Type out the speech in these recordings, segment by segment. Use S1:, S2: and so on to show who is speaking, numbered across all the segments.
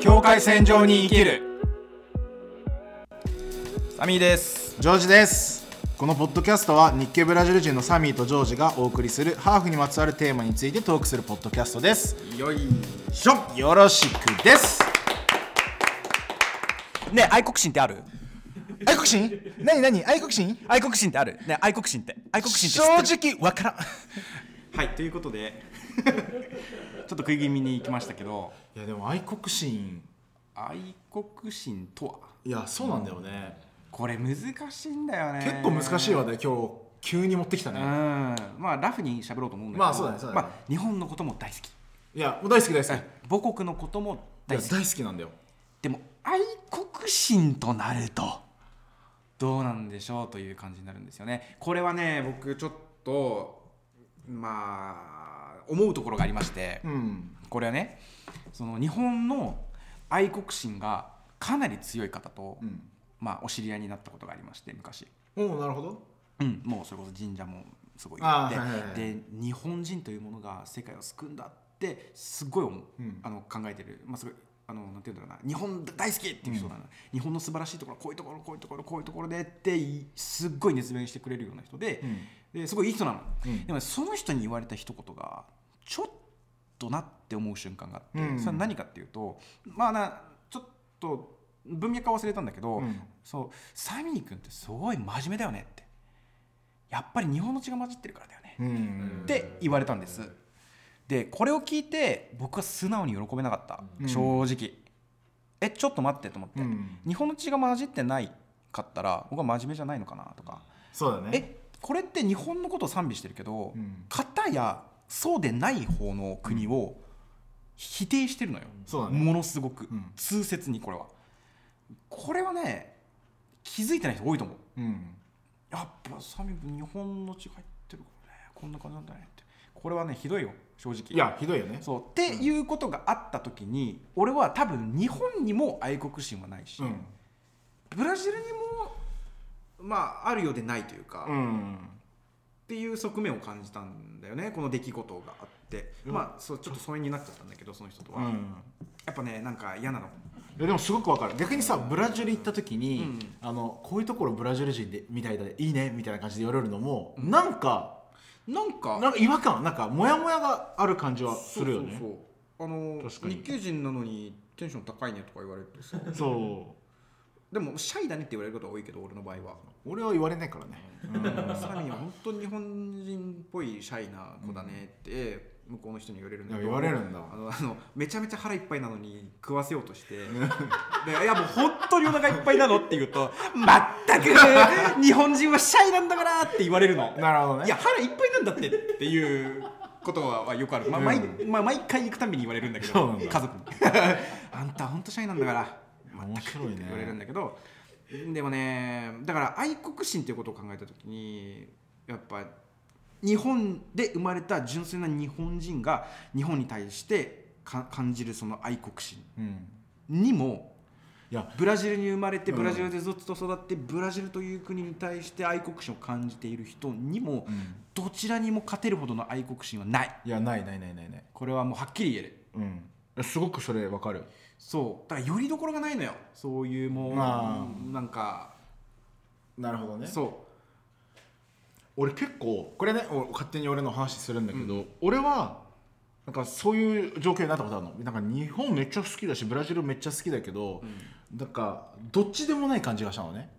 S1: 境界線上に生きるサミーです
S2: ジョージですこのポッドキャストは日系ブラジル人のサミーとジョージがお送りするハーフにまつわるテーマについてトークするポッドキャストです
S1: よい
S2: しょよろしくです
S3: ねえ愛国心ってある
S2: 愛国心何何愛国心
S3: 愛国心ってあるねえ愛国心って愛国心って
S2: 正
S3: 知ってる
S2: 直わからん
S1: はいということで ちょっと食い気味に行きましたけど
S2: いやでも愛国心
S1: 愛国心とはい
S2: やそうなんだよね、
S1: これ難しいんだよね
S2: 結構難しい話題今日急に持ってきた
S1: う
S2: ね、
S1: んまあラフに喋ろうと思うんだけど
S2: まあそうだねそうだね
S1: まあ、日本のことも大好き
S2: いやもう大好き大好きいや
S1: 母国のことも大
S2: 大
S1: 好
S2: 好
S1: き
S2: きなんだよ
S1: でも愛国心となるとどうなんでしょうという感じになるんですよねこれはね僕ちょっとまあ思うところがありまして、
S2: うん
S1: これはねその日本の愛国心がかなり強い方と、
S2: うん
S1: まあ、お知り合いになったことがありまして昔、
S2: おおなるほど
S1: うん、もうそれこそ神社もすごい行
S2: あ
S1: って、
S2: ーはいはいはい
S1: で日本人というものが世界を救うんだってすごい思う、
S2: うん
S1: あの考えてる、まあ、すごいあのなんていうんだろうな日本大好きっていう人だな、日本の素晴らしいところこういうところこういうところこういうところでっていすっごい熱弁してくれるような人で,、ですごいいい人なの、
S2: うん
S1: でもその人に言われた一言がちょっとなって思う瞬間があって、
S2: うん
S1: それは何かっていうとまあなちょっと文脈は忘れたんだけど、
S2: うん
S1: そうサミー君ってすごい真面目だよねってやっぱり日本の血が混じってるからだよね、
S2: う
S1: っ
S2: ん
S1: て言われたんですでこれを聞いて僕は素直に喜べなかった、
S2: うん
S1: 正直えちょっと待ってと思って、
S2: うん
S1: 日本の血が混じってないかったら僕は真面目じゃないのかなとか、
S2: そうだね
S1: えこれって日本のことを賛美してるけど、
S2: うん
S1: 片やそうでない方の国を否定してるのよ、
S2: そうだね
S1: ものすごく、
S2: ん
S1: 痛切にこれはこれはね気づいてない人多いと思う
S2: うん
S1: やっぱサミ日本の血が入ってるからねこんな感じなんだねってこれはねひどいよ正直
S2: いやひどいよね
S1: そうっていうことがあった時に、俺は多分日本にも愛国心はないし、
S2: うん
S1: ブラジルにもまああるようでないというか、
S2: う
S1: っ
S2: ん
S1: ていう側面を感じたんだよねこの出来事があって、
S2: うん
S1: まあそうちょっと疎遠になっちゃったんだけどその人とは、
S2: う
S1: や
S2: ん
S1: っぱねなんか嫌なの
S2: いやでもすごくわかる逆にさブラジル行った時に、
S1: うん
S2: あのこういうところブラジル人でみたいだいいねみたいな感じで言われるのも、なんか
S1: なんか
S2: なんか違和感なんかモヤモヤがある感じはするよね
S1: そうそうそうあの
S2: 確かに
S1: 日系人なのにテンション高いねとか言われるとさ
S2: そう
S1: でもシャイだねって言われることが多いけど俺の場合は
S2: 俺は言われないからね、
S1: サミは本当に日本人っぽいシャイな子だねって向こうの人に言われるんだけど
S2: いや言われるんだ
S1: あのあのめちゃめちゃ腹いっぱいなのに食わせようと してでいやもう本当にお腹いっぱいなのって言うと 全 く日本人はシャイなんだからって言われるの
S2: なるほどね
S1: いや腹いっぱいなんだってっていうことはよくある、まあ
S2: うん
S1: 毎まあ、毎回行くたびに言われるんだけ
S2: そうな
S1: ど
S2: んだ
S1: 家族に あんた本当シャイなんだから
S2: 面白いね
S1: って言われるんだけどでもねだから愛国心っていうことを考えた時にやっぱ日本で生まれた純粋な日本人が日本に対してか感じるその愛国心
S2: うん
S1: にも
S2: いや
S1: ブラジルに生まれて
S2: うん
S1: ブラジルでずっと育って、ブラジルという国に対して愛国心を感じている人にも、
S2: ん
S1: どちらにも勝てるほどの愛国心はない
S2: いやないないないないない
S1: これはもうはっきり言える
S2: うんすごくそれわかる
S1: そうだからよりどころがないのよそういうもう、
S2: ま
S1: なんか
S2: なるほどね
S1: そ
S2: 俺結構これねお勝手に俺の話するんだけど、俺はなんかそういう状況になったことあるのなんか日本めっちゃ好きだしブラジルめっちゃ好きだけど、なんかどっちでもない感じがしたのね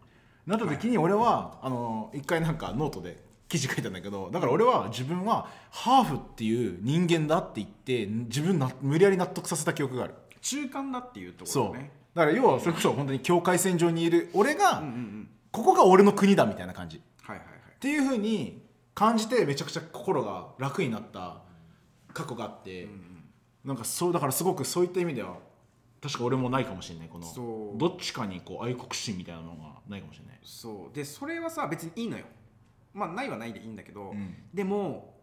S2: なった時に俺は、あの一回なんかノートで記事書いたんだけどだから俺は自分はハーフっていう人間だって言って自分な無理やり納得させた記憶がある
S1: う中間だっていうとこ
S2: そ
S1: ろ
S2: う
S1: ね
S2: だから要はそれこそ本当に境界線上にいる俺が、
S1: うんうんうん
S2: ここが俺の国だみたいな感じ
S1: はいはいはい
S2: っていう風に感じてめちゃくちゃ心が楽になった過去があって、なんかそうだからすごくそういった意味では確か俺もないかもしれないこ
S1: そう
S2: のどっちかにこう愛国心みたいなのがないかもしれない
S1: そうでそれはさ別にいいのよまあないはないでいいんだけど、
S2: うん
S1: でも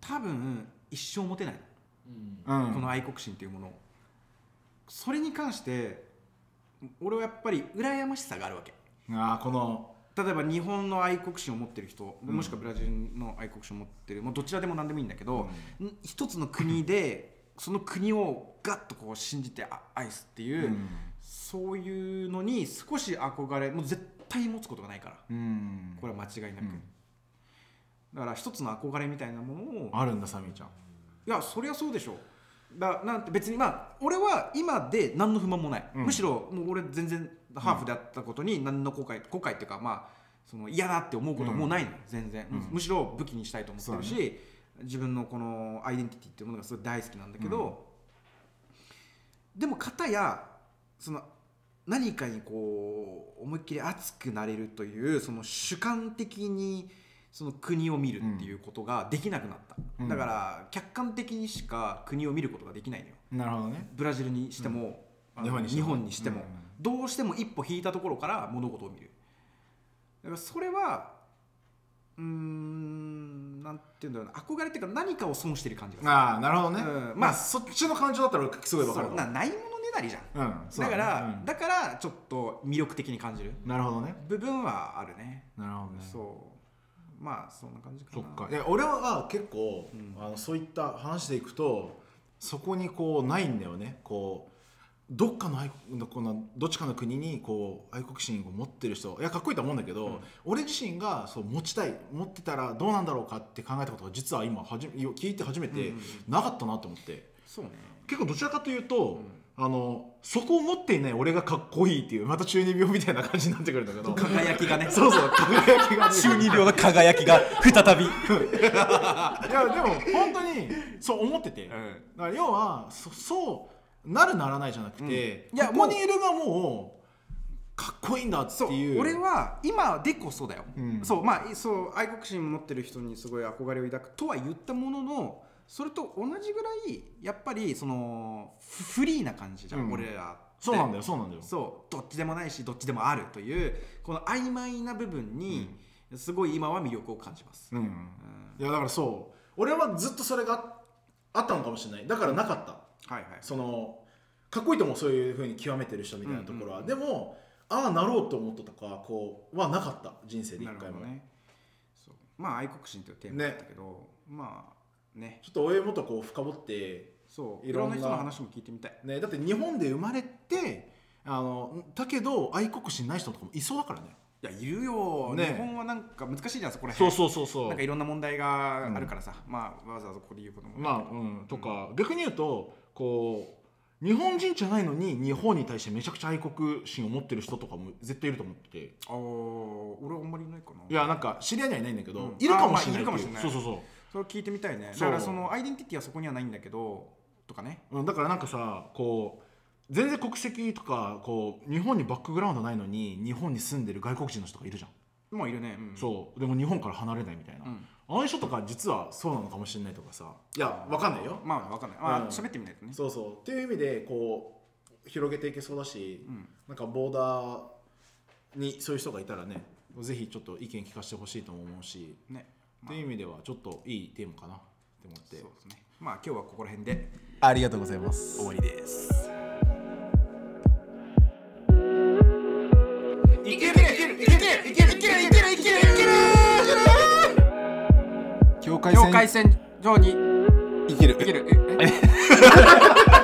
S1: 多分一生持てないの
S2: うん
S1: この愛国心というものをそれに関して俺はやっぱり羨ましさがあるわけ
S2: あーこの
S1: 例えば日本の愛国心を持ってる人、
S2: ん
S1: もしくはブラジルの愛国心を持ってるもうどちらでも何でもいいんだけど、ん一つの国でその国をガッとこう信じてあ愛すっていう、
S2: うん
S1: そういうのに少し憧れもう絶対持つことがないから
S2: うん
S1: これは間違いな
S2: う
S1: く、
S2: ん
S1: だから一つの憧れみたいなものを
S2: あるんだサミーちゃん
S1: いやそりゃそうでしょだなんて別にまあ俺は今で何の不満もない、
S2: うん
S1: むしろもう俺全然ハーフであったことに何の後悔後悔っていうかまあその嫌だって思うことはもうないの、全然、
S2: うん
S1: むしろ武器にしたいと思ってるし、
S2: そ
S1: 自分のこのアイデンティティっていうものがすごい大好きなんだけど、でも片やその何かにこう思いっきり熱くなれるというその主観的にその国を見るっていうことができなくなった、
S2: うん
S1: だから客観的にしか国を見ることができないのよ
S2: なるほどね
S1: ブラジルにしても、
S2: うん
S1: あの
S2: 日本にしても
S1: にしても
S2: うん
S1: どうしても一歩引いたところから物事を見るだからそれはうーんなんていうんだろうな憧れっていうか何かを損してる感じがする
S2: ああなるほどね、
S1: うん
S2: まあそっちの感情だったら俺すごいわかる
S1: そう
S2: わ
S1: なないものねだりじゃん
S2: うんそう
S1: だ
S2: ね
S1: から、
S2: うん
S1: だからちょっと魅力的に感じる
S2: なるほどね
S1: 部分はあるね
S2: なるほどね
S1: そうまあそんな感じかな
S2: そっかいや俺は結構、あのそういった話でいくとそこにこうないんだよねこうどっかの愛国このどっちかの国にこう愛国心を持ってる人いやかっこいいとは思うんだけど、俺自身がそう持ちたい持ってたらどうなんだろうかって考えたことが実は今はじ聞いて初めてなかったなと思って、
S1: そうね
S2: 結構どちらかというと、あのそこを持っていない俺がかっこいいっていうまた中二病みたいな感じになってくるんだけど
S1: 輝きがね
S2: そうそう輝きがね
S3: 中二病の輝きが再 び
S2: いやでも本当にそう思ってて、だから要はそそうなるならないじゃなくて、
S1: うんいや
S2: ここにいるがもうかっこいいんだって
S1: そう
S2: いう
S1: 俺は今でこそだよ、
S2: うん
S1: そうまあそう愛国心持ってる人にすごい憧れを抱くとは言ったもののそれと同じぐらいやっぱりそのフフリーな感じじゃん、
S2: うん
S1: 俺らって
S2: そうなんだよそうなんだよ
S1: そうどっちでもないしどっちでもあるというこの曖昧な部分にすごい今は魅力を感じます、
S2: うん、いやだからそう俺はずっとそれがあったのかもしれないだからなかった、
S1: はいはい
S2: そのかっこいいともそういうふうに極めてる人みたいなところは、でもああなろうと思ったとかこうはなかった人生で一
S1: なるほ
S2: 回
S1: ど
S2: も、
S1: ねそうまあ愛国心というテーマだったけど、まあね
S2: ちょっと俺もっとこう深掘って
S1: そうい
S2: い
S1: ろ
S2: ろ
S1: ん
S2: ん
S1: な
S2: な
S1: 人の話も聞いてみたい
S2: ね、だって日本で生まれてあのだけど愛国心ない人とかもいそうだからね
S1: いやいるよ、
S2: ね
S1: 日本はなんか難しいじゃんそこら
S2: そう
S1: 辺
S2: そうそうそ
S1: なん
S2: う
S1: かいろんな問題があるからさ、まあわざわざここで言うこともない
S2: まあうんとか、逆に言うとこう日本人じゃないのに日本に対してめちゃくちゃ愛国心を持ってる人とかも絶対いると思っててい
S1: あー俺はあんまりいないかない
S2: やなんか知り合いにはいないんだけど、
S1: うん
S2: いるかもしれない
S1: あまあいるかもしれない
S2: そうそうそ
S1: それを聞いてみたいね
S2: そ
S1: だ
S2: う
S1: からそのアイデンティティはそこにはないんだけどとかね
S2: う、うん、だからなんかさこう全然国籍とかこう日本にバックグラウンドないのに日本に住んでる外国人の人がいるじゃん、
S1: もういるね、うん、
S2: そうでも日本から離れないみたいな、
S1: うん
S2: あの人とか実はそうなのかもしれないとかさいやわかんないよ
S1: まあわかんないま
S2: うん
S1: あ喋ってみないとね
S2: そうそうっていう意味でこう広げていけそうだし、
S1: ん
S2: なんかボーダーにそういう人がいたらねぜひちょっと意見聞かせてほしいとも思うし、
S1: ね
S2: っていう意味ではちょっといいテーマかなって思っ
S1: そう
S2: て
S1: ですねまあ今日はここら辺で
S3: ありがとうございます
S1: 終わりです
S2: いけるいけるいけるいけるいけるいけるいけるいける境界
S1: 境界線上に
S3: いける
S1: いけるええ